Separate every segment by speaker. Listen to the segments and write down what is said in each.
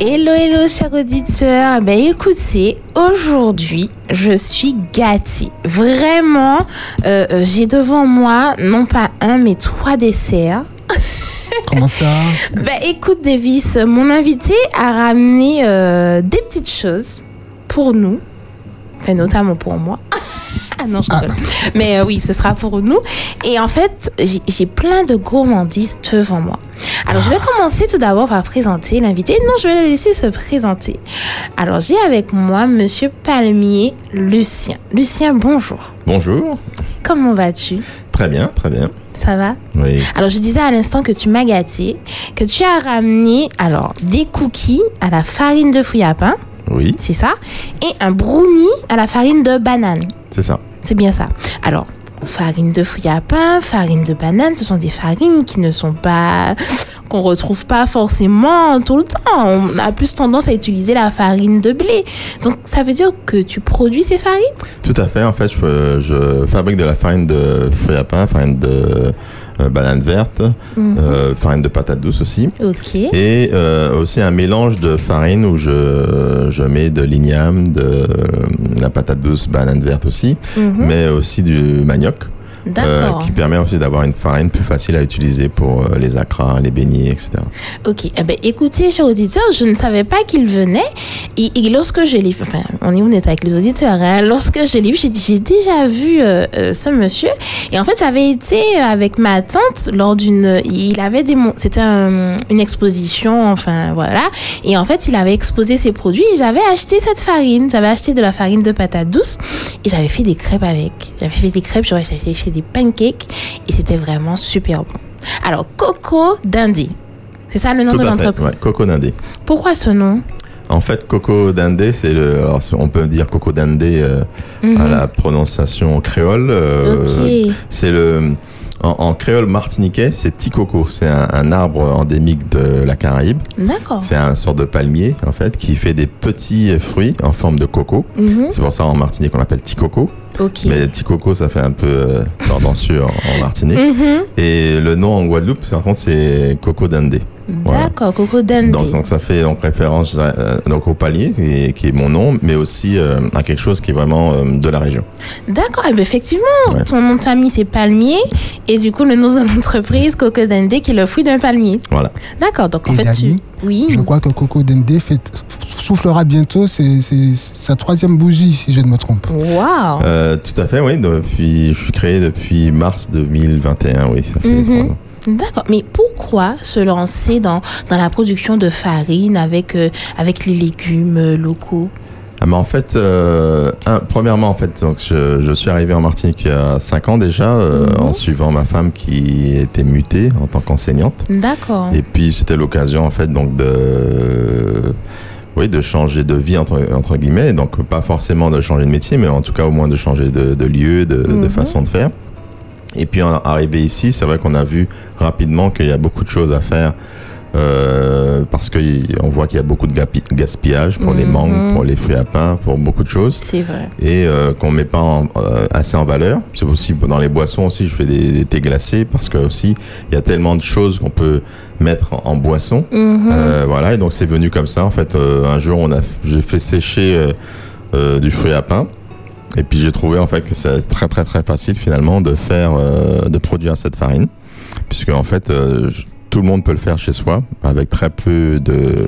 Speaker 1: Hello, hello, chers auditeurs. Ben, écoutez, aujourd'hui, je suis gâtée. Vraiment, euh, euh, j'ai devant moi non pas un, mais trois desserts.
Speaker 2: Comment ça
Speaker 1: Ben, écoute, Davis, mon invité a ramené euh, des petites choses pour nous, enfin, notamment pour moi. ah non, je rigole. Mais euh, oui, ce sera pour nous. Et en fait, j'ai- j'ai plein de gourmandises devant moi. Alors, je vais commencer tout d'abord par présenter l'invité. Non, je vais la laisser se présenter. Alors, j'ai avec moi Monsieur Palmier Lucien. Lucien, bonjour.
Speaker 3: Bonjour.
Speaker 1: Comment vas-tu
Speaker 3: Très bien, très bien.
Speaker 1: Ça va
Speaker 3: Oui.
Speaker 1: alors, je disais à l'instant que tu m'as gâté, que tu as ramené alors des cookies à la farine de fruits à pain,
Speaker 3: Oui,
Speaker 1: c'est ça, et un brownie à la farine de banane.
Speaker 3: c'est ça.
Speaker 1: C'est bien ça. Alors, farine de fruits à pain, farine de banane, ce sont des farines qui ne sont pas qu'on retrouve pas forcément tout le temps. On a plus tendance à utiliser la farine de blé. Donc, ça veut dire que tu produis ces farines
Speaker 3: Tout à fait. En fait, je, je fabrique de la farine de fruits à pain, farine de euh, banane verte,
Speaker 1: Mhm.
Speaker 3: euh, farine de patate douce aussi.
Speaker 1: OK.
Speaker 3: Et euh, aussi un mélange de farine où je, je mets de l'igname, de euh, la patate douce, banane verte aussi,
Speaker 1: Mhm.
Speaker 3: mais aussi du manioc, euh,
Speaker 1: D'accord.
Speaker 3: qui permet aussi d'avoir une farine plus facile à utiliser pour euh, les acras, les beignets, etc.
Speaker 1: Ok, eh ben, écoutez, chers auditeurs, je ne savais pas qu'il venait. Et, et lorsque je l'ai enfin, on est honnête avec les auditeurs, hein. lorsque je l'ai vu, j'ai dit, j'ai déjà vu euh, euh, ce monsieur. Et en fait, j'avais été avec ma tante lors d'une. Il avait des. mon- C'était un- une exposition, enfin, voilà. Et en fait, il avait exposé ses produits et j'avais acheté cette farine. J'avais acheté de la farine de patate douce et j'avais fait des crêpes avec. J'avais fait des crêpes, j'aurais- j'avais fait des pancakes et c'était vraiment super bon. Alors, Coco Dundee. C'est ça le nom
Speaker 3: Tout
Speaker 1: de
Speaker 3: à fait. Ouais,
Speaker 1: l'entreprise.
Speaker 3: coco d'Inde.
Speaker 1: Pourquoi ce nom
Speaker 3: En fait, Coco Dindé, c'est le. Alors, on peut dire Coco Dindé euh,
Speaker 1: Mm-hmm.
Speaker 3: à la prononciation créole.
Speaker 1: Mhm.
Speaker 3: euh,
Speaker 1: Ok.
Speaker 3: C'est le. En, en créole martiniquais, c'est Ticoco. C'est un, un arbre endémique de la Caraïbe.
Speaker 1: D'accord.
Speaker 3: C'est un sorte de palmier, en fait, qui fait des petits fruits en forme de coco.
Speaker 1: Mhm.
Speaker 3: C'est pour ça en Martinique, on l'appelle Ticoco.
Speaker 1: Ok.
Speaker 3: Mais Ticoco, ça fait un peu euh, tendancieux en, en Martinique.
Speaker 1: Mhm.
Speaker 3: Et le nom en Guadeloupe, par contre, c'est Coco Dindé. Voilà.
Speaker 1: D'accord, Coco Dundee.
Speaker 3: Donc, donc ça fait donc référence euh, donc au palier qui est, qui est mon nom, mais aussi euh, à quelque chose qui est vraiment euh, de la région.
Speaker 1: D'accord, eh ben, effectivement,
Speaker 3: Ouais.
Speaker 1: ton nom de famille c'est Palmier et du coup le nom de l'entreprise Coco Dundee qui est le fruit d'un palmier.
Speaker 3: Voilà.
Speaker 1: D'accord, donc en
Speaker 2: Et
Speaker 1: fait tu.
Speaker 2: Dani,
Speaker 1: Oui.
Speaker 2: Je crois que Coco Dende fait- soufflera bientôt ses- ses- sa troisième bougie, si je ne me trompe.
Speaker 1: Waouh.
Speaker 3: Euh, tout à fait, oui. Depuis, je suis créé depuis mars 2021, oui, ça fait
Speaker 1: Mhm.
Speaker 3: trois ans.
Speaker 1: D'accord, mais pourquoi se lancer dans, dans la production de farine avec, euh, avec les légumes euh, locaux
Speaker 3: Ah, mais en fait, euh, un, premièrement, en fait, donc je, je suis arrivé en Martinique il y a 5 ans déjà, euh,
Speaker 1: Mhm.
Speaker 3: en suivant ma femme qui était mutée en tant qu'enseignante.
Speaker 1: D'accord.
Speaker 3: Et puis c'était l'occasion en fait donc de oui, de changer de vie entre, entre guillemets, donc pas forcément de changer de métier, mais en tout cas au moins de changer de, de lieu, de, de
Speaker 1: Mhm.
Speaker 3: façon de faire. Et puis en arrivé ici, c'est vrai qu'on a vu rapidement qu'il y a beaucoup de choses à faire euh, parce qu'on voit qu'il y a beaucoup de gapi- gaspillage pour les
Speaker 1: Mhm.
Speaker 3: mangues, pour les fruits à pain, pour beaucoup de choses
Speaker 1: C'est vrai.
Speaker 3: et euh, qu'on met pas en- euh, assez en valeur. C'est aussi dans les boissons aussi, je fais des, des thés glacés parce que aussi il y a tellement de choses qu'on peut mettre en, en boisson.
Speaker 1: Mhm.
Speaker 3: Euh, voilà, et donc c'est venu comme ça. En fait, Euh, un jour, on a, j'ai fait sécher euh, euh, du fruit à pain. Et puis j'ai trouvé en fait que c'est très très très facile finalement de faire, euh, de produire cette farine, puisque en fait euh, je- tout le monde peut le faire chez soi avec très peu de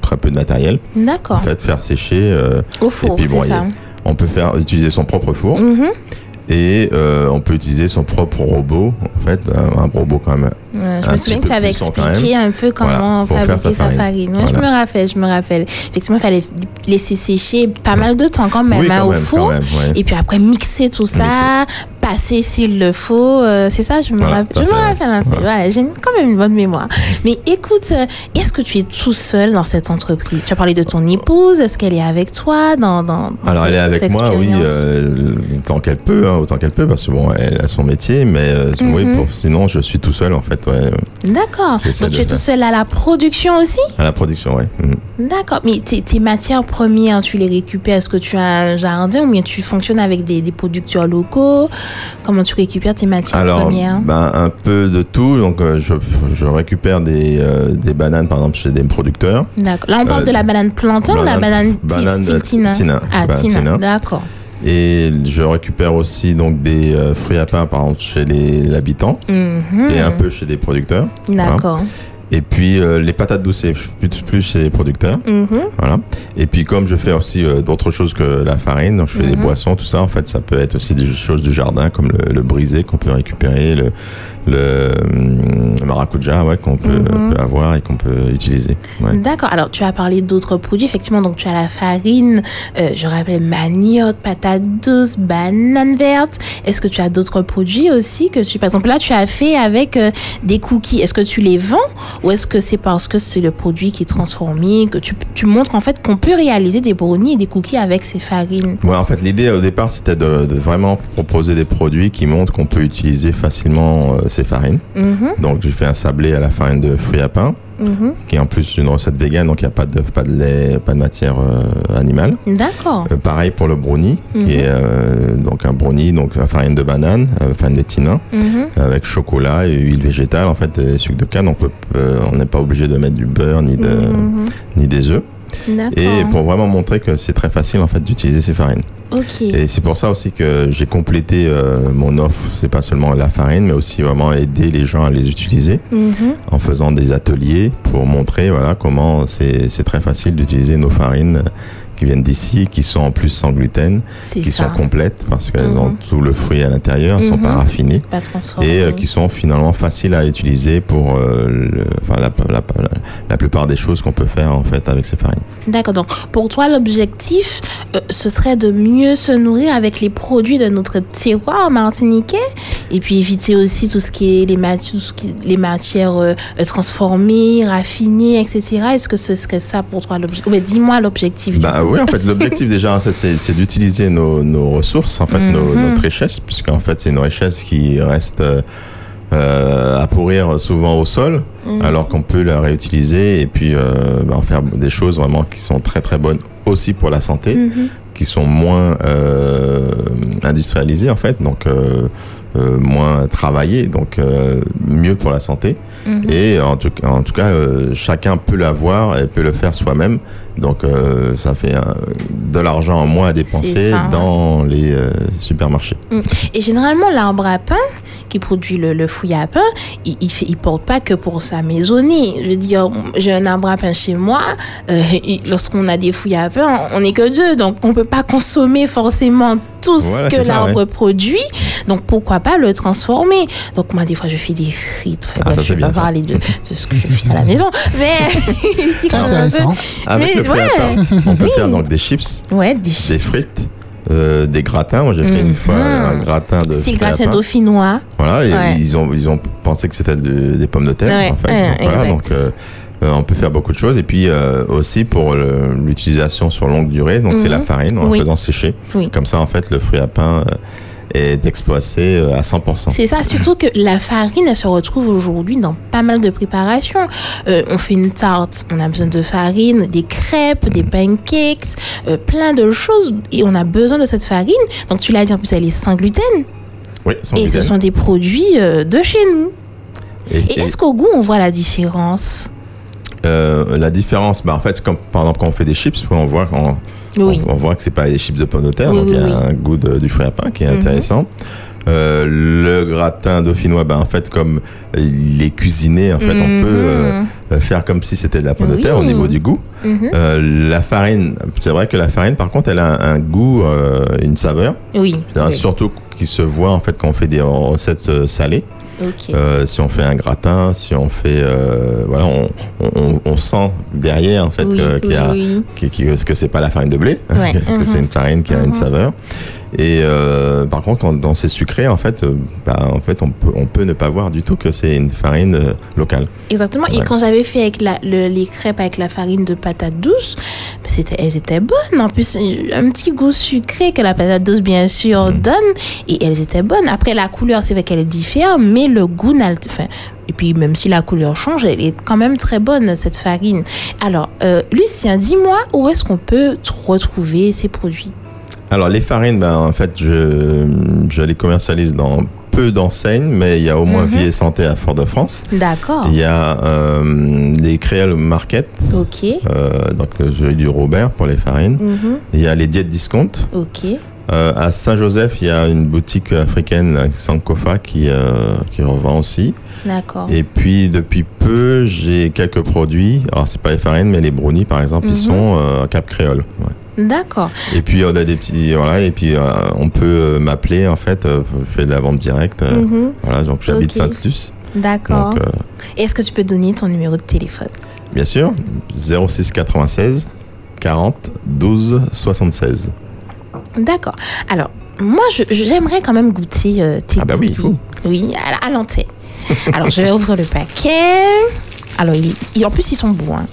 Speaker 3: très peu de matériel. En
Speaker 1: D'accord.
Speaker 3: fait, faire sécher, euh,
Speaker 1: Au four,
Speaker 3: puis
Speaker 1: c'est
Speaker 3: broyer.
Speaker 1: ça.
Speaker 3: on peut faire utiliser son propre four
Speaker 1: Mhm.
Speaker 3: et euh, on peut utiliser son propre robot en fait un, un robot quand même
Speaker 1: Ouais, je
Speaker 3: un
Speaker 1: me souviens
Speaker 3: petit
Speaker 1: que tu
Speaker 3: peu
Speaker 1: avais
Speaker 3: puissant quand
Speaker 1: expliqué un peu comment
Speaker 3: Voilà, pour faire
Speaker 1: fabriquer
Speaker 3: sa
Speaker 1: sa farine.
Speaker 3: farine.
Speaker 1: Ouais, Je
Speaker 3: Voilà.
Speaker 1: me rappelle, je me rappelle. Effectivement, il fallait laisser sécher pas mal de temps quand même
Speaker 3: oui
Speaker 1: hein,
Speaker 3: quand
Speaker 1: au
Speaker 3: même,
Speaker 1: four.
Speaker 3: quand même ouais.
Speaker 1: Et puis après, mixer tout ça, passer s'il le faut. euh, c'est ça, je me,
Speaker 3: Voilà,
Speaker 1: rappelle,
Speaker 3: tout à
Speaker 1: je me
Speaker 3: fait, ouais.
Speaker 1: rappelle un peu. Voilà,
Speaker 3: Voilà.
Speaker 1: j'ai une- quand même une bonne mémoire. Mais écoute, euh, est-ce que tu es tout seul dans cette entreprise Tu as parlé de ton épouse. Est-ce qu'elle est avec toi dans, dans, dans
Speaker 3: alors elle est
Speaker 1: cette
Speaker 3: avec moi oui
Speaker 1: expérience
Speaker 3: euh, tant qu'elle peut hein, autant qu'elle peut parce que bon elle a son métier mais euh, oui,
Speaker 1: Mhm.
Speaker 3: pour- sinon je suis tout seul en fait fait, ouais.
Speaker 1: D'accord.
Speaker 3: J'essaie
Speaker 1: Donc
Speaker 3: de
Speaker 1: tu es
Speaker 3: faire.
Speaker 1: tout seul à la production aussi
Speaker 3: À la production, ouais. Mhm.
Speaker 1: D'accord. Mais tes, tes matières premières, hein, tu les récupères Est-ce que tu as un jardin ou bien tu fonctionnes avec des, des producteurs locaux Comment tu hein. récupères tes matières
Speaker 3: Alors,
Speaker 1: premières
Speaker 3: ben, un peu de tout. Donc, euh, je, je récupère des, euh, des bananes, par exemple, chez des producteurs.
Speaker 1: D'accord. Là, on parle
Speaker 3: euh,
Speaker 1: de la banane plantain ou la banane,
Speaker 3: banane-
Speaker 1: ti-
Speaker 3: banane
Speaker 1: style Tina
Speaker 3: Tina.
Speaker 1: Ah,
Speaker 3: Banane
Speaker 1: Tina.
Speaker 3: Tina.
Speaker 1: D'accord.
Speaker 3: Et je récupère aussi donc des euh, fruits à pain, par exemple, chez les- l'habitant
Speaker 1: Mhm.
Speaker 3: et un peu hein. chez des producteurs.
Speaker 1: D'accord.
Speaker 3: Et puis, euh, les patates douces, c'est plus, plus chez les producteurs.
Speaker 1: Mhm.
Speaker 3: Voilà. Et puis, comme je fais aussi euh, d'autres choses que la farine, donc je fais des boissons, tout ça, en fait, ça peut être aussi des choses du jardin, comme le, le brisé qu'on peut récupérer, le, le hum, maracuja, ouais, qu'on peut,
Speaker 1: Mhm.
Speaker 3: peut avoir et qu'on peut utiliser. Ouais.
Speaker 1: D'accord. Alors, tu as parlé d'autres produits. Effectivement, donc tu as la farine, euh, je rappelle manioc, patate douce, banane verte. Est-ce que tu as d'autres produits aussi que tu, par exemple, là, tu as fait avec euh, des cookies. Est-ce que tu les vends ou est-ce que c'est parce que c'est le produit qui est transformé que tu, tu montres en fait qu'on peut réaliser des brownies et des cookies avec ces farines
Speaker 3: Ouais, en fait, l'idée au départ, c'était de, de vraiment proposer des produits qui montrent qu'on peut utiliser facilement euh, ces farines.
Speaker 1: Mhm,
Speaker 3: Donc, j'ai fait un sablé à la farine de fruits à pain,
Speaker 1: mhm.
Speaker 3: qui est en plus une recette végane, donc il n'y a pas de, pas de lait, pas de matière euh, animale.
Speaker 1: D'accord.
Speaker 3: Euh, pareil pour le brownie,
Speaker 1: Mhm.
Speaker 3: qui est euh, donc un brownie, donc la farine de banane, euh, farine de tinin,
Speaker 1: Mhm.
Speaker 3: avec chocolat et huile végétale, en fait, et sucre de canne. On peut, euh, on n'est pas obligé de mettre du beurre ni de,
Speaker 1: Mhm.
Speaker 3: ni des œufs. Et
Speaker 1: D'accord.
Speaker 3: pour vraiment montrer que c'est très facile, en fait, d'utiliser ces farines.
Speaker 1: Ok.
Speaker 3: Et c'est pour ça aussi que j'ai complété euh, mon offre. C'est pas seulement la farine, mais aussi vraiment aider les gens à les utiliser
Speaker 1: Mhm.
Speaker 3: en faisant des ateliers pour montrer voilà comment c'est c'est très facile d'utiliser nos farines euh, qui viennent d'ici, qui sont en plus sans gluten,
Speaker 1: C'est
Speaker 3: qui
Speaker 1: ça.
Speaker 3: sont complètes parce qu'elles
Speaker 1: Mhm.
Speaker 3: ont tout le fruit à l'intérieur, elles sont pas
Speaker 1: Mhm.
Speaker 3: raffinées
Speaker 1: Pas transformé.
Speaker 3: et euh, qui sont finalement faciles à utiliser pour euh, le- enfin, la, la- la- la plupart des choses qu'on peut faire en fait avec ces farines.
Speaker 1: D'accord. Donc, pour toi, l'objectif, euh, ce serait de mieux se nourrir avec les produits de notre terroir martiniquais et puis éviter aussi tout ce qui est les, mati- tout ce qui- les matières euh, euh, transformées, raffinées, etc. Est-ce que ce serait ça pour toi l'objectif Mais dis-moi l'objectif. du
Speaker 3: Bah
Speaker 1: coup.
Speaker 3: oui, en fait, l'objectif déjà, hein, c'est- c'est c'est d'utiliser nos, nos ressources, en fait, nos-
Speaker 1: Mhm.
Speaker 3: notre richesse, puisqu'en fait, c'est une richesse qui reste euh, euh, à pourrir souvent au sol,
Speaker 1: Mhm.
Speaker 3: alors qu'on peut la réutiliser et puis euh, bah, en faire des choses vraiment qui sont très très bonnes aussi pour la santé,
Speaker 1: Mhm.
Speaker 3: qui sont moins euh, industrialisées, en fait, donc euh, euh, moins travaillées, donc euh, mieux pour la santé.
Speaker 1: Mhm.
Speaker 3: Et en tout, en tout cas, euh, chacun peut l'avoir et peut le faire soi-même. Donc, euh, ça fait euh, de l'argent en moins à dépenser
Speaker 1: ça, ouais.
Speaker 3: dans les euh, supermarchés.
Speaker 1: Et généralement, l'arbre à pain qui produit le, le fruit à pain, il, il, fait, il porte pas que pour sa maisonnée. Je veux dire, j'ai un arbre à pain chez moi. euh, il- Lorsqu'on a des fruits à pain, on n'est que deux. Donc, on peut pas consommer forcément tout ce
Speaker 3: Voilà, c'est
Speaker 1: que
Speaker 3: ça,
Speaker 1: l'arbre produit. Donc, pourquoi pas le transformer Donc, moi, des fois, je fais des frites. Enfin,
Speaker 3: Ah,
Speaker 1: bref,
Speaker 3: ça,
Speaker 1: je
Speaker 3: c'est
Speaker 1: vais pas
Speaker 3: bien, ça.
Speaker 1: parler de, de ce que je fais à la maison. Mais si
Speaker 2: C'est
Speaker 1: quand même un peu-
Speaker 2: intéressant.
Speaker 3: Avec
Speaker 1: Mais
Speaker 3: le fruit à
Speaker 1: ouais.
Speaker 3: pain, on peut faire donc des chips,
Speaker 1: Ouais, des,
Speaker 3: des
Speaker 1: chips.
Speaker 3: frites. euh, des gratins, moi j'ai fait
Speaker 1: Mhm.
Speaker 3: une fois un gratin de
Speaker 1: Style
Speaker 3: fruits à
Speaker 1: gratin
Speaker 3: pain.
Speaker 1: dauphinois.
Speaker 3: Voilà, et
Speaker 1: Ouais.
Speaker 3: ils ont ils ont pensé que c'était de- des pommes de terre.
Speaker 1: Ouais,
Speaker 3: en fait.
Speaker 1: ouais,
Speaker 3: donc, voilà,
Speaker 1: exact.
Speaker 3: donc euh, euh, on peut faire beaucoup de choses et puis euh, aussi pour le- l'utilisation sur longue durée. Donc c'est
Speaker 1: Mhm.
Speaker 3: la farine en
Speaker 1: Oui.
Speaker 3: la faisant sécher.
Speaker 1: Oui.
Speaker 3: Comme ça en fait le fruit à pain euh, est exploité euh, à 100%.
Speaker 1: C'est ça, surtout que la farine, elle se retrouve aujourd'hui dans pas mal de préparations. Euh, on fait une tarte, on a besoin de farine, des crêpes, des pancakes, euh, plein de choses. Et on a besoin de cette farine. Donc tu l'as dit, en plus, elle est sans gluten.
Speaker 3: Oui, sans
Speaker 1: et
Speaker 3: gluten.
Speaker 1: ce sont des produits euh, de chez nous.
Speaker 3: Et-
Speaker 1: Et,
Speaker 3: et,
Speaker 1: est-ce qu'au goût, on voit la différence
Speaker 3: euh, la différence, bah en fait, c'est comme par exemple quand on fait des chips, on voit qu'on
Speaker 1: Oui.
Speaker 3: on, on voit que c'est pas des chips de pommes de terre,
Speaker 1: Oui,
Speaker 3: donc
Speaker 1: oui,
Speaker 3: il y a
Speaker 1: oui.
Speaker 3: un goût de- du fruit à pain qui est
Speaker 1: Mhm.
Speaker 3: intéressant. Euh, le gratin dauphinois, ben en fait, comme il est cuisiné, en fait, on peut euh, faire comme si c'était de la pomme de
Speaker 1: Mhm. Oui.
Speaker 3: terre au niveau du goût.
Speaker 1: Mhm, mhm.
Speaker 3: Euh, la farine, c'est vrai que la farine, par contre, elle a un, un goût, euh, une saveur,
Speaker 1: Mm-hmm. Oui.
Speaker 3: C'est-à-dire surtout qui se voit en fait quand on fait des recettes euh, salées.
Speaker 1: Ok.
Speaker 3: Euh, si on fait un gratin, si on fait, euh, voilà, on, on, on sent derrière en fait
Speaker 1: Oui,
Speaker 3: que- euh, qu'il y a
Speaker 1: oui, oui.
Speaker 3: qui, qui- parce que c'est pas la farine de blé,
Speaker 1: Ouais.
Speaker 3: parce que c'est
Speaker 1: Mhm.
Speaker 3: une farine qui a une saveur. Et euh, par contre, en- dans ces sucrés, en fait, euh, bah, en fait on, peut, on peut ne pas voir du tout que c'est une farine euh, locale.
Speaker 1: Exactement. Et
Speaker 3: Ouais.
Speaker 1: quand j'avais fait avec la, le- les crêpes avec la farine de patate douce, ben, c'était, elles étaient bonnes. En plus, un petit goût sucré que la patate douce, bien sûr,
Speaker 3: Mm.
Speaker 1: donne. Et elles étaient bonnes. Après, la couleur, c'est vrai qu'elle est différente, mais le goût n'a... Enfin, et puis, même si la couleur change, elle est quand même très bonne, cette farine. Alors, euh, Lucien, dis-moi, où est-ce qu'on peut t- retrouver ces produits
Speaker 3: Alors les farines, ben, en fait, je, je les commercialise dans peu d'enseignes, mais il y a au moins
Speaker 1: Mhm.
Speaker 3: Vie et Santé à Fort-de-France.
Speaker 1: D'accord.
Speaker 3: Il y a euh, les Créoles Market,
Speaker 1: Ok.
Speaker 3: euh, donc le jeu du Robert pour les farines.
Speaker 1: Mhm.
Speaker 3: Il y a les diètes discount.
Speaker 1: Ok.
Speaker 3: Euh, à Saint-Joseph, il y a une boutique africaine, euh, Sankofa, qui, euh, qui revend aussi.
Speaker 1: D'accord.
Speaker 3: Et puis, depuis peu, j'ai quelques produits. Alors, c'est pas les farines, mais les brownies, par exemple, ils
Speaker 1: Mhm.
Speaker 3: sont euh, à Cap Créole. Ouais.
Speaker 1: D'accord.
Speaker 3: Et puis, on a des petits. Voilà, et puis, euh, on peut euh, m'appeler, en fait, euh, je fais de la vente directe. euh,
Speaker 1: Mhm.
Speaker 3: Voilà, donc j'habite
Speaker 1: Ok.
Speaker 3: Sainte-Luce.
Speaker 1: D'accord.
Speaker 3: Donc, euh,
Speaker 1: Est-ce que tu peux donner ton numéro de téléphone
Speaker 3: bien sûr, 06 96 40 12 76.
Speaker 1: D'accord. Alors, moi, je- je- j'aimerais quand même goûter euh, tes
Speaker 3: Ah bah oui, il
Speaker 1: cookies. Oui, à, la- à l'antenne. Alors, je vais ouvrir le paquet. Alors, il, il- en plus, ils sont bons. hein.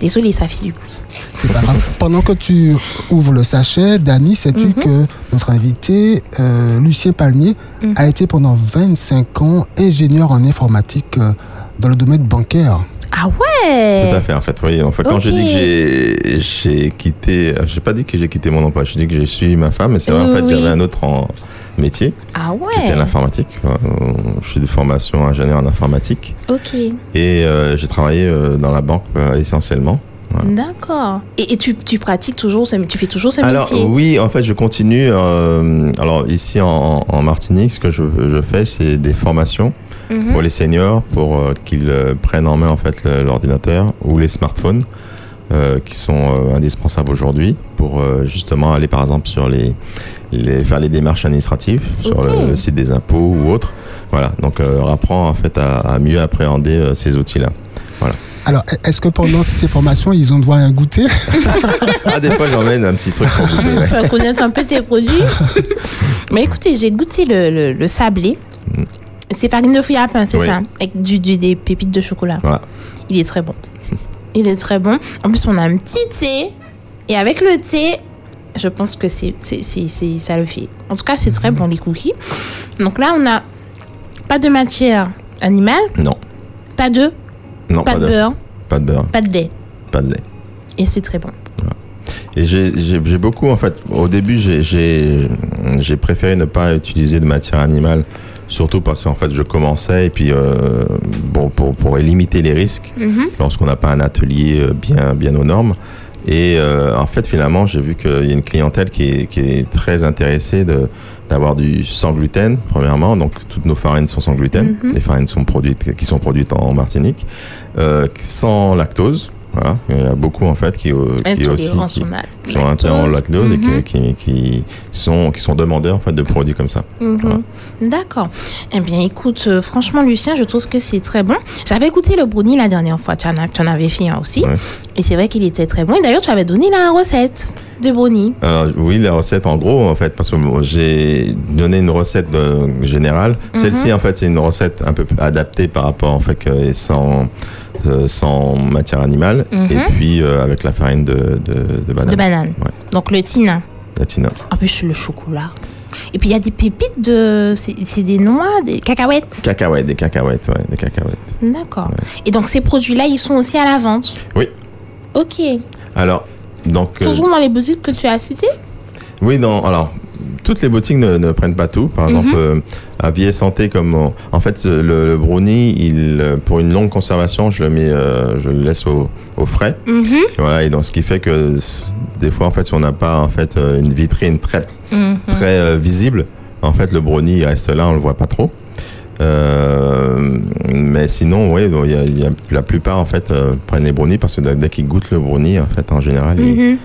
Speaker 1: Désolée, ça fait du bruit.
Speaker 2: C'est pas grave. Pendant que tu ouvres le sachet, Dani, sais-tu que notre invité, euh, Lucien Palmier, a été pendant 25 ans ingénieur en informatique euh, dans le domaine bancaire
Speaker 1: Ah
Speaker 3: Tout à
Speaker 1: ouais
Speaker 3: fait, en fait, voyez. Enfin, quand je
Speaker 1: Ok.
Speaker 3: dis que j'ai- j'ai quitté, euh, j'ai pas dit que j'ai quitté mon emploi, je dis que j'ai suivi ma femme, mais c'est vrai, en
Speaker 1: Oui,
Speaker 3: fait,
Speaker 1: oui.
Speaker 3: j'avais un autre en métier,
Speaker 1: Ah
Speaker 3: qui était
Speaker 1: ouais
Speaker 3: l'informatique. Enfin, on- Je suis de formation ingénieur en informatique
Speaker 1: Ok,
Speaker 3: et euh, j'ai travaillé euh, dans la banque euh, essentiellement.
Speaker 1: d'accord. Et, et tu, tu pratiques toujours, ce- tu fais toujours ce
Speaker 3: Alors
Speaker 1: métier
Speaker 3: oui, en fait, je continue. euh, alors ici en, en Martinique, ce que je, je fais, c'est des formations
Speaker 1: Mhm.
Speaker 3: pour les seniors, pour euh, qu'ils euh, prennent en main en fait le- l'ordinateur ou les smartphones euh, qui sont euh, indispensables aujourd'hui pour euh, justement aller par exemple sur les, les faire les démarches administratives sur
Speaker 1: Ok.
Speaker 3: le, le site des impôts ou autre. Voilà, donc euh, on apprend en fait à, à mieux appréhender euh, ces outils-là.
Speaker 2: Alors, e- est-ce que pendant ces formations, ils ont droit à un goûter
Speaker 3: Ah, des fois j'emmène un petit truc pour goûter. ouais.
Speaker 1: Faut connaître un peu tes produits. Mais écoutez, j'ai goûté le, le- le sablé. C'est farine de fruits à pain, c'est
Speaker 3: Mm. Oui.
Speaker 1: ça Avec du, du- des pépites de chocolat.
Speaker 3: Voilà.
Speaker 1: Il est très bon. Il est très bon. En plus, on a un petit thé. Et avec le thé, je pense que c'est, c'est, c'est, c'est- ça le fait. En tout cas, c'est très bon, les cookies. Donc là, on n'a pas de matière animale,
Speaker 3: Non,
Speaker 1: pas d'œufs,
Speaker 3: non
Speaker 1: pas,
Speaker 3: pas,
Speaker 1: de
Speaker 3: de,
Speaker 1: beurre,
Speaker 3: pas de beurre,
Speaker 1: pas de lait.
Speaker 3: pas de lait.
Speaker 1: Et c'est très bon.
Speaker 3: Et j'ai- j'ai j'ai beaucoup, en fait, au début, j'ai- j'ai j'ai préféré ne pas utiliser de matière animale, surtout parce qu'en fait, je commençais, et puis, euh, bon, pour, pour limiter les risques,
Speaker 1: Mhm.
Speaker 3: lorsqu'on n'a pas un atelier euh, bien, bien aux normes. Et euh, en fait, finalement, j'ai vu qu'il y a une clientèle qui est, qui est très intéressée de- d'avoir du sans gluten, premièrement. Donc, toutes nos farines sont sans gluten.
Speaker 1: Mhm.
Speaker 3: Les farines sont produites, qui sont produites en Martinique, euh, sans lactose. Voilà. Il y en a beaucoup, en fait, qui, euh, qui aussi.
Speaker 1: Intolérant
Speaker 3: qui-
Speaker 1: au mal-
Speaker 3: qui ont intérêt en lactose et
Speaker 1: Mhm.
Speaker 3: qui, qui, qui sont, qui sont demandeurs en fait, de produits comme ça.
Speaker 1: Mhm.
Speaker 3: Voilà.
Speaker 1: D'accord. Eh bien, écoute, euh, franchement, Lucien, je trouve que c'est très bon. J'avais goûté le brownie la dernière fois. Tu en, as- tu en avais fait un aussi.
Speaker 3: Ouais.
Speaker 1: Et c'est vrai qu'il était très bon. Et d'ailleurs, tu avais donné la recette de brownie.
Speaker 3: Alors, oui, la recette en gros, en fait, parce que moi, j'ai donné une recette euh, générale. Celle-ci, en fait, c'est une recette un peu plus adaptée par rapport, en fait, que- et sans, euh, sans matière animale
Speaker 1: Mhm.
Speaker 3: et puis euh, avec la farine de, de, de banane.
Speaker 1: De banane.
Speaker 3: Ouais.
Speaker 1: Donc, le tin.
Speaker 3: Latina.
Speaker 1: En plus, le chocolat. Et puis, il y a des pépites de. C'est c'est des noix, des cacahuètes.
Speaker 3: Cacahuètes, des cacahuètes, ouais, des cacahuètes.
Speaker 1: D'accord. Et donc, ces produits-là, ils sont aussi à la vente
Speaker 3: Oui.
Speaker 1: Ok.
Speaker 3: Alors, donc. euh,
Speaker 1: Toujours dans les boutiques que tu as citées
Speaker 3: Oui, non, alors, toutes les boutiques ne, ne prennent pas tout. Par exemple, euh, à Vie et Santé, comme on- en fait, ce- le, le brownie, il, euh, pour une longue conservation, je le mets, euh, je le laisse au, au frais.
Speaker 1: Mhm.
Speaker 3: Voilà, et donc ce qui fait que s- des fois, en fait, si on n'a pas en fait euh, une vitrine très,
Speaker 1: Mhm.
Speaker 3: très euh, visible, en fait, le brownie il reste là, on le voit pas trop. Euh, mais sinon, oui, donc, il y a- il y a- la plupart en fait euh, prennent les brownies parce que dès dès qu'ils goûtent le brownie, en fait, en général, ils-
Speaker 1: Mhm.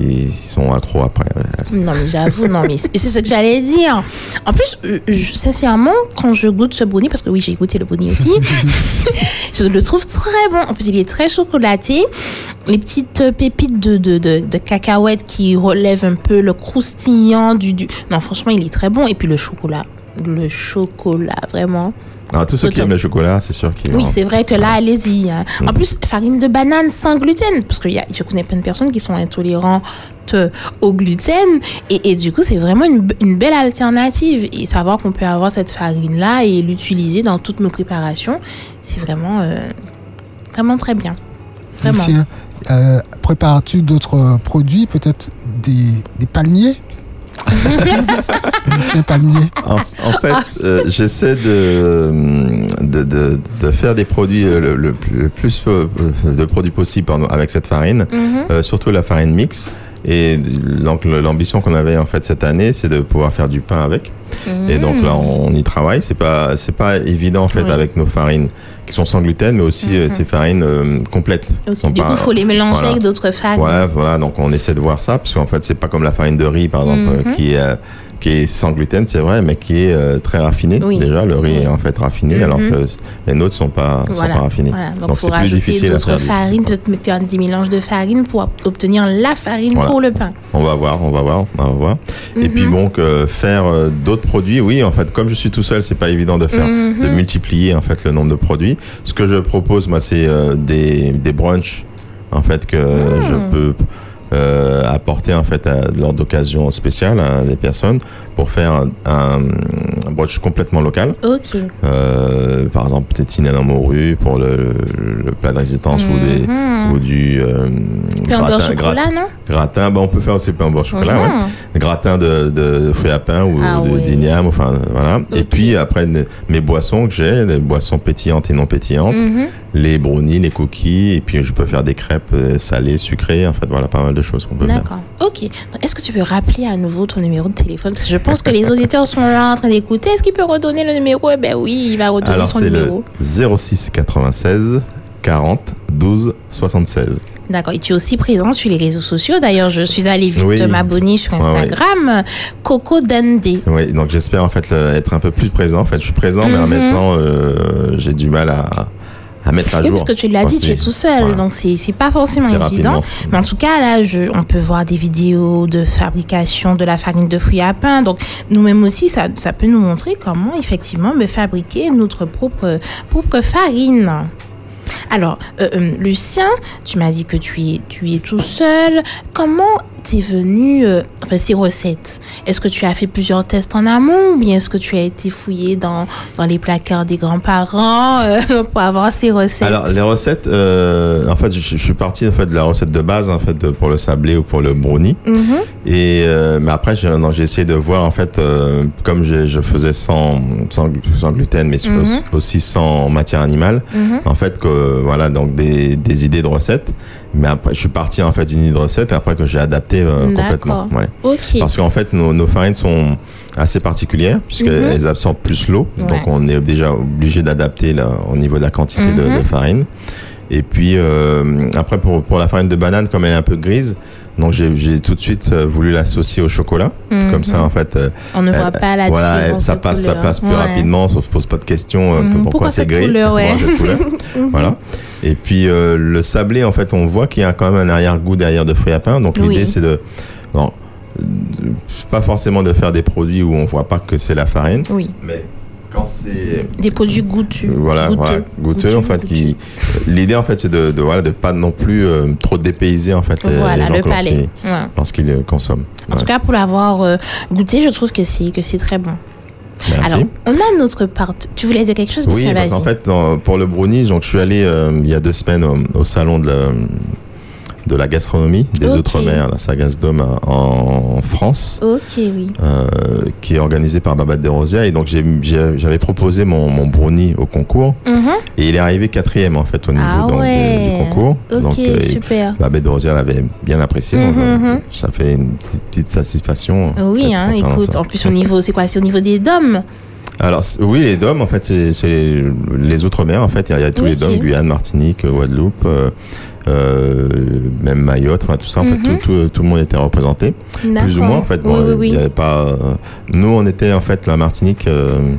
Speaker 3: ils sont accros après.
Speaker 1: Non, mais j'avoue, non, mais c'est c'est ce que j'allais dire. En plus, euh, je- sincèrement, quand je goûte ce brownie, parce que oui, j'ai goûté le brownie aussi, je le trouve très bon. En plus, il est très chocolaté. Les petites euh, pépites de, de, de, de cacahuètes qui relèvent un peu le croustillant du, du. Non, franchement, il est très bon. Et puis le chocolat. Le chocolat, vraiment.
Speaker 3: Alors, Ah, tous ceux qui
Speaker 1: Total.
Speaker 3: aiment le chocolat, c'est sûr qu'ils
Speaker 1: Oui,
Speaker 3: vont-
Speaker 1: c'est vrai que là, allez-y. hein.
Speaker 3: Mm.
Speaker 1: En plus, farine de banane sans gluten, parce que y a- je connais plein de personnes qui sont intolérantes euh, au gluten. Et, et du coup, c'est vraiment une, be- une belle alternative. Et savoir qu'on peut avoir cette farine-là et l'utiliser dans toutes nos préparations, c'est vraiment, euh, vraiment très bien. Vraiment.
Speaker 2: Lucien, euh, prépares-tu d'autres produits, peut-être des, des palmiers Lucien Palmier.
Speaker 3: En, en fait, euh, j'essaie de, mm, de, de, de faire des produits euh, le, le plus- le plus euh, de produits possible pardon, avec cette farine,
Speaker 1: Mhm,
Speaker 3: euh, surtout la farine mix. Et donc le- l'ambition qu'on avait en fait cette année, c'est de pouvoir faire du pain avec.
Speaker 1: mhm.
Speaker 3: Et donc
Speaker 1: Mm.
Speaker 3: là, on y travaille. C'est pas c'est pas évident en fait
Speaker 1: Oui.
Speaker 3: avec nos farines qui sont sans gluten, mais aussi euh, ces farines euh, complètes.
Speaker 1: Donc,
Speaker 3: Sont
Speaker 1: du
Speaker 3: pas-
Speaker 1: coup, il faut les mélanger
Speaker 3: voilà.
Speaker 1: avec d'autres farines.
Speaker 3: Voilà, voilà, donc on essaie de voir ça, parce qu'en fait, c'est pas comme la farine de riz, par exemple,
Speaker 1: Mhm.
Speaker 3: euh, qui, est, euh, qui est sans gluten, c'est vrai, mais qui est euh, très raffinée.
Speaker 1: Oui.
Speaker 3: Déjà, le riz est en fait raffiné,
Speaker 1: Mhm.
Speaker 3: alors que c- les nôtres sont pas, sont
Speaker 1: Voilà.
Speaker 3: pas raffinés.
Speaker 1: Voilà. Donc,
Speaker 3: Donc,
Speaker 1: faut
Speaker 3: c'est plus
Speaker 1: rajouter
Speaker 3: difficile à
Speaker 1: d'autres
Speaker 3: faire. du-
Speaker 1: farines, peut-être me faire des mélanges de farines pour obtenir la farine
Speaker 3: Voilà.
Speaker 1: pour le pain. Mhm.
Speaker 3: On va voir, on va voir, on va voir. Et puis bon, que faire euh, d'autres produits, oui, en fait, comme je suis tout seul, c'est pas évident de
Speaker 1: Mhm.
Speaker 3: faire, de multiplier en fait le nombre de produits. Ce que je propose, moi, c'est euh, des, des brunchs, en fait, que
Speaker 1: Hmm.
Speaker 3: je peux euh, apporter en fait à, lors d'occasions spéciales à des personnes pour faire un, un, un brunch complètement local.
Speaker 1: Ok.
Speaker 3: Euh, par exemple, peut-être Sinan en morue pour le, le plat de résistance ou des
Speaker 1: Mhm.
Speaker 3: ou du euh,
Speaker 1: Puis un beurre chocolat, non
Speaker 3: gratin, bah, on peut faire aussi pain au beurre chocolat, ouais.
Speaker 1: Mhm.
Speaker 3: gratin de, de fruits à pain ou
Speaker 1: Ah
Speaker 3: de
Speaker 1: ouais.
Speaker 3: d'igname, enfin voilà. Et
Speaker 1: Ok.
Speaker 3: puis après ne- mes boissons que j'ai, les boissons pétillantes et non pétillantes,
Speaker 1: Mhm.
Speaker 3: les brownies, les cookies, et puis je peux faire des crêpes euh, salées, sucrées, en fait voilà pas mal de choses qu'on peut faire.
Speaker 1: D'accord. Ok. Donc, Est-ce que tu peux rappeler à nouveau ton numéro de téléphone Parce que je pense que les auditeurs sont là en train d'écouter. Est-ce qu'il peut redonner le numéro Eh bien oui, il va redonner
Speaker 3: Alors
Speaker 1: son
Speaker 3: c'est le
Speaker 1: numéro.
Speaker 3: 06 96 40 12 76.
Speaker 1: D'accord. Et tu es aussi présent sur les réseaux sociaux. D'ailleurs, je suis allée vite
Speaker 3: Oui.
Speaker 1: m'abonner sur
Speaker 3: Ouais, ouais.
Speaker 1: Instagram. Coco Dandé.
Speaker 3: Oui, donc j'espère en fait le- être un peu plus présent. En fait, je suis présent, mais en
Speaker 1: Mhm.
Speaker 3: même temps, euh, j'ai du mal à, à mettre à
Speaker 1: Oui,
Speaker 3: jour.
Speaker 1: parce que tu l'as dit,
Speaker 3: Voici.
Speaker 1: tu es tout seul,
Speaker 3: Voilà.
Speaker 1: donc c'est c'est pas forcément
Speaker 3: C'est
Speaker 1: évident.
Speaker 3: rapidement.
Speaker 1: Mais en tout cas, là, je- on peut voir des vidéos de fabrication de la farine de fruits à pain. Donc, nous-mêmes aussi, ça, ça peut nous montrer comment, effectivement, me fabriquer notre propre, propre farine. Alors, euh, euh, Lucien, tu m'as dit que tu es, tu es tout seul. Comment t'es venu, euh, enfin, ces recettes Est-ce que tu as fait plusieurs tests en amont ou bien est-ce que tu as été fouillé dans, dans les placards des grands-parents euh, pour avoir ces recettes
Speaker 3: Alors les recettes, euh, en fait, je, je suis parti en fait de la recette de base en fait de- pour le sablé ou pour le brownie.
Speaker 1: Mhm.
Speaker 3: Et euh, mais après, j'ai non, j'ai essayé de voir en fait euh, comme je, je faisais sans, sans sans gluten, mais sur-
Speaker 1: Mhm.
Speaker 3: aussi sans matière animale.
Speaker 1: Mhm.
Speaker 3: En fait, que voilà donc des, des idées de recettes. Mais après, je suis parti en fait d'une idée de recette après que j'ai adapté euh, complètement.
Speaker 1: D'accord.
Speaker 3: Ouais.
Speaker 1: Ok.
Speaker 3: Parce qu'en fait, nos, nos farines sont assez particulières puisqu'elles
Speaker 1: Mhm.
Speaker 3: elles absorbent plus l'eau.
Speaker 1: Ouais.
Speaker 3: Donc, on est déjà obligé d'adapter là, au niveau de la quantité de- de,
Speaker 1: Mhm.
Speaker 3: farine. Et puis, euh, après, pour, pour la farine de banane, comme elle est un peu grise, donc j'ai j'ai tout de suite euh, voulu l'associer au chocolat.
Speaker 1: Mhm.
Speaker 3: Comme ça, en fait, euh,
Speaker 1: On ne voit
Speaker 3: elle-
Speaker 1: pas la
Speaker 3: voilà,
Speaker 1: différence.
Speaker 3: ça
Speaker 1: de
Speaker 3: passe, ça
Speaker 1: couleur.
Speaker 3: passe plus
Speaker 1: Ouais.
Speaker 3: rapidement. On se pose pas de questions euh,
Speaker 1: Mhm.
Speaker 3: pourquoi,
Speaker 1: Pourquoi
Speaker 3: c'est
Speaker 1: cette
Speaker 3: gris,
Speaker 1: couleur, ouais.
Speaker 3: pourquoi cette couleur. voilà. Et puis euh, le sablé, en fait, on voit qu'il y a quand même un arrière-goût derrière de fruits à pain. Donc l'idée,
Speaker 1: Oui.
Speaker 3: c'est de. non, euh, pas forcément de faire des produits où on voit pas que c'est la farine,
Speaker 1: Oui.
Speaker 3: mais quand c'est.
Speaker 1: Des produits goûtus.
Speaker 3: Voilà,
Speaker 1: goûteux.
Speaker 3: voilà, goûteux, en fait. Qui... L'idée, en fait, c'est de, de, voilà, de pas non plus euh, trop dépayser, en fait, les, les
Speaker 1: Voilà,
Speaker 3: gens
Speaker 1: le
Speaker 3: que lorsqu'ils-
Speaker 1: palais. Ouais.
Speaker 3: lorsqu'ils euh, consomment.
Speaker 1: En tout
Speaker 3: Ouais.
Speaker 1: cas, pour l'avoir euh, goûté, je trouve que c'est que c'est très bon.
Speaker 3: Merci.
Speaker 1: Alors, on a notre part. Tu voulais dire quelque chose
Speaker 3: Oui,
Speaker 1: Lucien
Speaker 3: parce qu'en
Speaker 1: Vas-y.
Speaker 3: fait, dans- pour le brownie, donc, je suis allé euh, il y a deux semaines au, au salon de la, de la gastronomie des
Speaker 1: Ok.
Speaker 3: Outre-mer, la Sagas Dome en, en France,
Speaker 1: Ok, oui.
Speaker 3: euh, qui est organisée par Babette Desrosiers. Et donc, j'ai- j'ai- j'avais proposé mon, mon brownie au concours.
Speaker 1: Mhm.
Speaker 3: Et il est arrivé quatrième, en fait, au niveau
Speaker 1: Ah
Speaker 3: donc,
Speaker 1: ouais.
Speaker 3: du, du concours.
Speaker 1: Ok,
Speaker 3: donc, euh,
Speaker 1: super.
Speaker 3: Babette Desrosiers l'avait bien apprécié. donc,
Speaker 1: Mhm,
Speaker 3: euh,
Speaker 1: mhm.
Speaker 3: Ça fait une petite, petite satisfaction. en
Speaker 1: Oui,
Speaker 3: fait,
Speaker 1: hein,
Speaker 3: concernant
Speaker 1: écoute,
Speaker 3: ça.
Speaker 1: en plus au niveau, c'est quoi C'est au niveau des dômes
Speaker 3: Alors c- oui, les DOM, en fait, c'est- c'est les outre-mer, en fait, il y a, il y a tous
Speaker 1: Oui,
Speaker 3: les DOM,
Speaker 1: si.
Speaker 3: Guyane, Martinique, Guadeloupe, euh, euh, même Mayotte, enfin tout ça, en fait,
Speaker 1: Mhm.
Speaker 3: tout, tout, tout le monde était représenté. Plus ou moins, en fait. Bon,
Speaker 1: oui,
Speaker 3: il
Speaker 1: oui,
Speaker 3: y
Speaker 1: oui.
Speaker 3: avait pas. euh, Nous, on était en fait la Martinique, euh,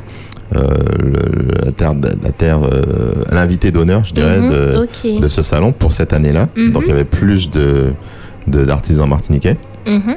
Speaker 3: euh, le- la terre, d- la terre, euh, l'invité d'honneur, je dirais,
Speaker 1: Mhm,
Speaker 3: de,
Speaker 1: ok.
Speaker 3: de ce salon pour cette année-là.
Speaker 1: Mhm.
Speaker 3: Donc, il y avait plus de de- d'artisans martiniquais.
Speaker 1: Mhm.
Speaker 3: Et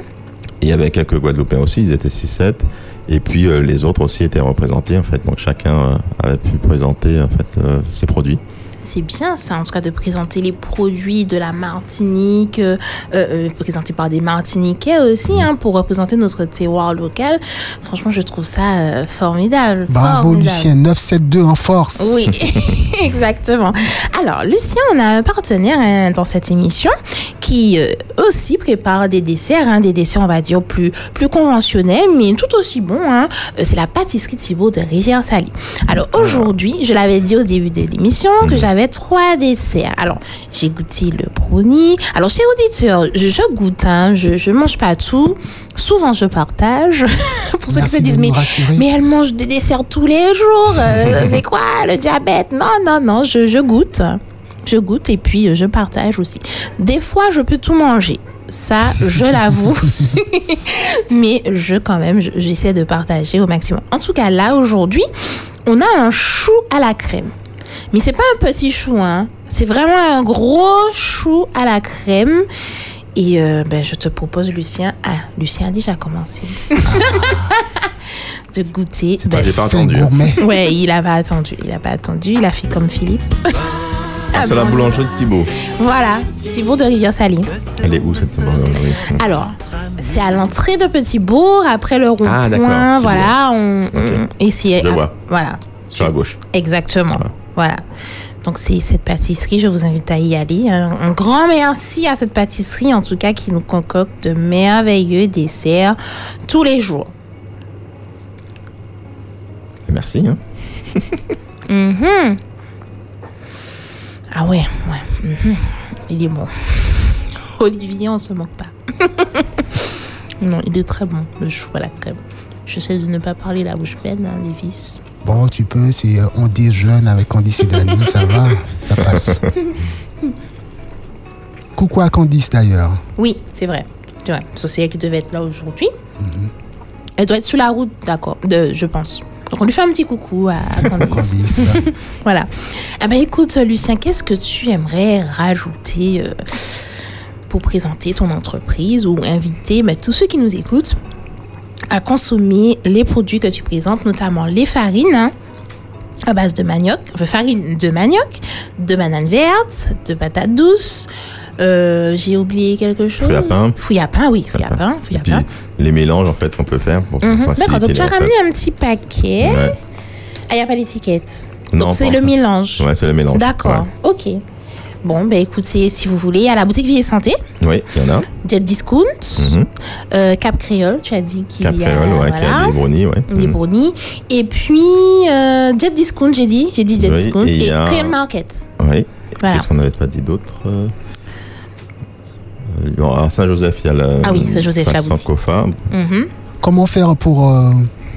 Speaker 3: Il y avait quelques Guadeloupéens aussi, ils étaient 6-7. Et puis euh, les autres aussi étaient représentés en fait. Donc chacun euh, avait pu présenter en fait euh, ses produits.
Speaker 1: C'est bien ça, en tout cas, de présenter les produits de la Martinique, euh, euh, euh, présentés par des Martiniquais aussi, hein, pour représenter notre terroir local. Franchement, je trouve ça euh, formidable.
Speaker 2: Bravo
Speaker 1: formidable.
Speaker 2: Lucien, 972 en force.
Speaker 1: Oui, exactement. Alors, Lucien, on a un partenaire hein, dans cette émission qui euh, aussi prépare des desserts, hein, des desserts, on va dire, plus, plus conventionnels, mais tout aussi bons. hein. Euh, C'est la pâtisserie Thibault de Rivière-Salie. Alors,
Speaker 2: Ah.
Speaker 1: aujourd'hui, je l'avais dit au début de l'émission
Speaker 2: Mhm.
Speaker 1: que j'avais trois desserts. Alors, j'ai goûté le brownie. Alors, chez auditeur, je, je goûte, hein, je ne mange pas tout. Souvent, je partage. Pour ceux qui
Speaker 2: Merci
Speaker 1: se
Speaker 2: de
Speaker 1: disent, mais
Speaker 2: nous rassurer.
Speaker 1: mais elle mange des desserts tous les jours. euh, c'est quoi le diabète Non, non, non, je, je goûte. Je goûte et puis euh, je partage aussi. Des fois, je peux tout manger. Ça, je l'avoue. Mais je, quand même, je- j'essaie de partager au maximum. En tout cas, là, aujourd'hui, on a un chou à la crème. Mais c'est pas un petit chou, hein. C'est vraiment un gros chou à la crème. Et euh, ben, je te propose, Lucien. Ah, Lucien a déjà commencé. de goûter. Ben,
Speaker 3: Bah,
Speaker 1: des-
Speaker 3: j'ai pas
Speaker 2: Fin
Speaker 3: attendu. hein.
Speaker 2: gourmet.
Speaker 1: Ouais, il a pas attendu. Il a pas attendu. Il a fait comme Philippe.
Speaker 3: Ah, c'est la boulangerie de Thibault.
Speaker 1: Voilà, Thibaut de Rivière-Saline.
Speaker 3: Elle est où cette boulangerie
Speaker 1: Alors, c'est à l'entrée de Petit Bourg, après le
Speaker 3: Ah, d'accord,
Speaker 1: rond-point.
Speaker 3: Petit
Speaker 1: voilà, on, on- et c'est- euh,
Speaker 3: Je vois. Ah.
Speaker 1: Voilà,
Speaker 3: Sur la gauche.
Speaker 1: exactement. Voilà. Donc, c'est cette pâtisserie, je vous invite à y aller. Un, un grand merci à cette pâtisserie, en tout cas, qui nous concocte de merveilleux desserts tous les jours.
Speaker 3: Et merci. Hein.
Speaker 1: Ah ouais, ouais. mhm. Il est bon. Olivier, on se moque pas. non, il est très bon, le chou à la crème. Je sais de ne pas parler la bouche pleine, hein, Davis.
Speaker 2: Bon, tu peux, c'est euh, on déjeune avec Candice et Dani, ça va, ça passe. Coucou à Candice d'ailleurs.
Speaker 1: Oui, c'est vrai. C'est vrai. Parce que c'est elle qui devait être là aujourd'hui. Elle doit être sur la route, d'accord, de, je pense. Donc on lui fait un petit coucou à, à Candice.
Speaker 2: Candice.
Speaker 1: voilà. Ah ben écoute, Lucien, qu'est-ce que tu aimerais rajouter euh, pour présenter ton entreprise ou inviter ben, tous ceux qui nous écoutent à consommer les produits que tu présentes, notamment les farines hein, à base de manioc, enfin, farine de manioc, de banane verte, de patates douces. Euh, J'ai oublié quelque chose.
Speaker 3: Fouille à pain.
Speaker 1: Fouille à pain, oui, fouille à
Speaker 3: à
Speaker 1: pain, fouille
Speaker 3: Et
Speaker 1: à
Speaker 3: puis
Speaker 1: pain.
Speaker 3: les mélanges en fait qu'on peut faire pour
Speaker 1: Mhm.
Speaker 3: faciliter
Speaker 1: D'accord, donc tu as
Speaker 3: les recettes.
Speaker 1: ramené un petit paquet.
Speaker 3: Ouais.
Speaker 1: Ah, il n'y a pas l'étiquette.
Speaker 3: Non,
Speaker 1: Donc c'est
Speaker 3: pas
Speaker 1: le
Speaker 3: encore.
Speaker 1: mélange.
Speaker 3: Ouais, c'est le mélange.
Speaker 1: D'accord, ok. Bon, ben écoutez, si vous voulez, à la boutique Vie et Santé,
Speaker 3: Ouais. Oui, il y en a.
Speaker 1: Jet Discount,
Speaker 3: Mhm.
Speaker 1: euh, Cap Créole, tu as dit qu'il y a,
Speaker 3: Capréole, ouais, qui a
Speaker 1: voilà,
Speaker 3: des brownies, ouais.
Speaker 1: des
Speaker 3: Mhm.
Speaker 1: brownies. Et puis, euh, Jet Discount, j'ai dit, j'ai dit Jet
Speaker 3: Oui,
Speaker 1: Discount,
Speaker 3: et il
Speaker 1: et,
Speaker 3: y a-
Speaker 1: Créole Market.
Speaker 3: Oui.
Speaker 1: Voilà.
Speaker 3: Qu'est-ce qu'on n'avait pas dit d'autre Euh, euh, bon, alors Saint-Joseph, il y a la.
Speaker 1: Ah oui, Saint-Joseph, la boutique.
Speaker 3: Sankofa.
Speaker 1: Mhm.
Speaker 2: Comment faire pour euh,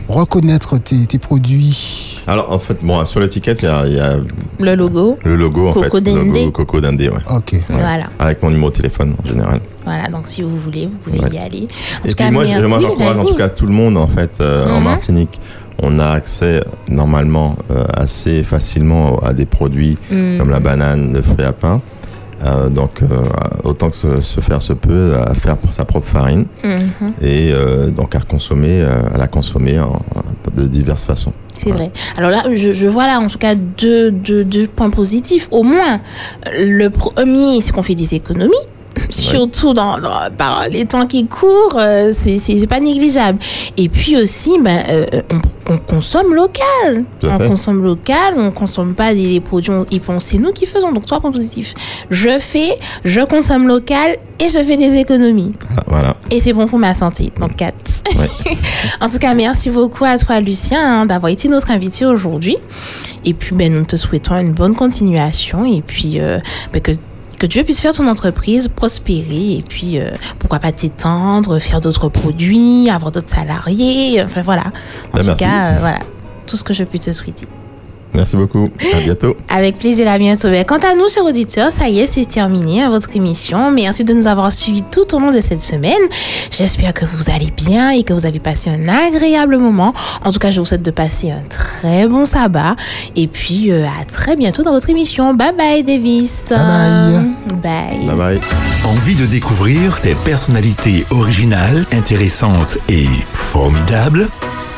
Speaker 2: reconnaître tes, tes produits
Speaker 3: Alors en fait, bon, sur l'étiquette, il y a, il y a
Speaker 1: Le logo,
Speaker 3: le logo en
Speaker 1: Coco
Speaker 3: fait. le
Speaker 1: Dindé.
Speaker 3: logo Coco Dindé, ouais.
Speaker 2: Ok.
Speaker 1: voilà.
Speaker 3: Avec mon numéro de téléphone en général.
Speaker 1: Voilà, donc si vous voulez, vous pouvez
Speaker 3: Ouais.
Speaker 1: y aller. En
Speaker 3: Et
Speaker 1: tout
Speaker 3: puis
Speaker 1: cas,
Speaker 3: moi,
Speaker 1: mais-
Speaker 3: je- moi
Speaker 1: oui,
Speaker 3: j'encourage en
Speaker 1: vas-y.
Speaker 3: tout cas tout le monde en fait euh, en
Speaker 1: Mhm.
Speaker 3: Martinique. On a accès normalement euh, assez facilement à des produits
Speaker 1: Mhm.
Speaker 3: comme la banane, le fruit à pain. Euh, donc euh, autant que se, se faire se peut à faire pour sa propre farine
Speaker 1: Mhm.
Speaker 3: et euh, donc à consommer, euh, à la consommer en- en- de diverses façons.
Speaker 1: C'est vrai. Alors là, je, je vois là en tout cas deux, deux, deux points positifs. Au moins, Euh, le premier, c'est qu'on fait des économies. Surtout dans, dans- par les temps qui courent, euh, c'est- c'est c'est pas négligeable. Et puis aussi, ben, euh, on, on consomme local.
Speaker 3: Tout à
Speaker 1: On
Speaker 3: fait.
Speaker 1: consomme local, on consomme pas des, des produits, on- et puis on- c'est nous qui faisons. Donc, trois points positifs. Je fais, je consomme local et je fais des économies.
Speaker 3: Voilà, Voilà.
Speaker 1: Et c'est bon pour ma santé. Donc 4.
Speaker 3: Ouais.
Speaker 1: en tout cas, merci beaucoup à toi, Lucien, hein, d'avoir été notre invité aujourd'hui. Et puis, ben, nous te souhaitons une bonne continuation. Et puis, euh, ben, que, que Dieu puisse faire ton entreprise prospérer. Et puis, euh, pourquoi pas t'étendre, faire d'autres produits, avoir d'autres salariés. Enfin, voilà. En
Speaker 3: Ben,
Speaker 1: tout
Speaker 3: merci.
Speaker 1: cas, euh, voilà. Tout ce que je puis te souhaiter.
Speaker 3: Merci beaucoup. À bientôt.
Speaker 1: Avec plaisir, à bientôt. Mais quant à nous, chers auditeurs, ça y est, c'est terminé à votre émission. Merci de nous avoir suivis tout au long de cette semaine. J'espère que vous allez bien et que vous avez passé un agréable moment. En tout cas, je vous souhaite de passer un très bon sabbat. Et puis, euh, à très bientôt dans votre émission. Bye bye, Davis.
Speaker 2: Bye bye.
Speaker 1: Bye.
Speaker 3: Bye bye.
Speaker 4: Envie de découvrir des personnalités originales, intéressantes et formidables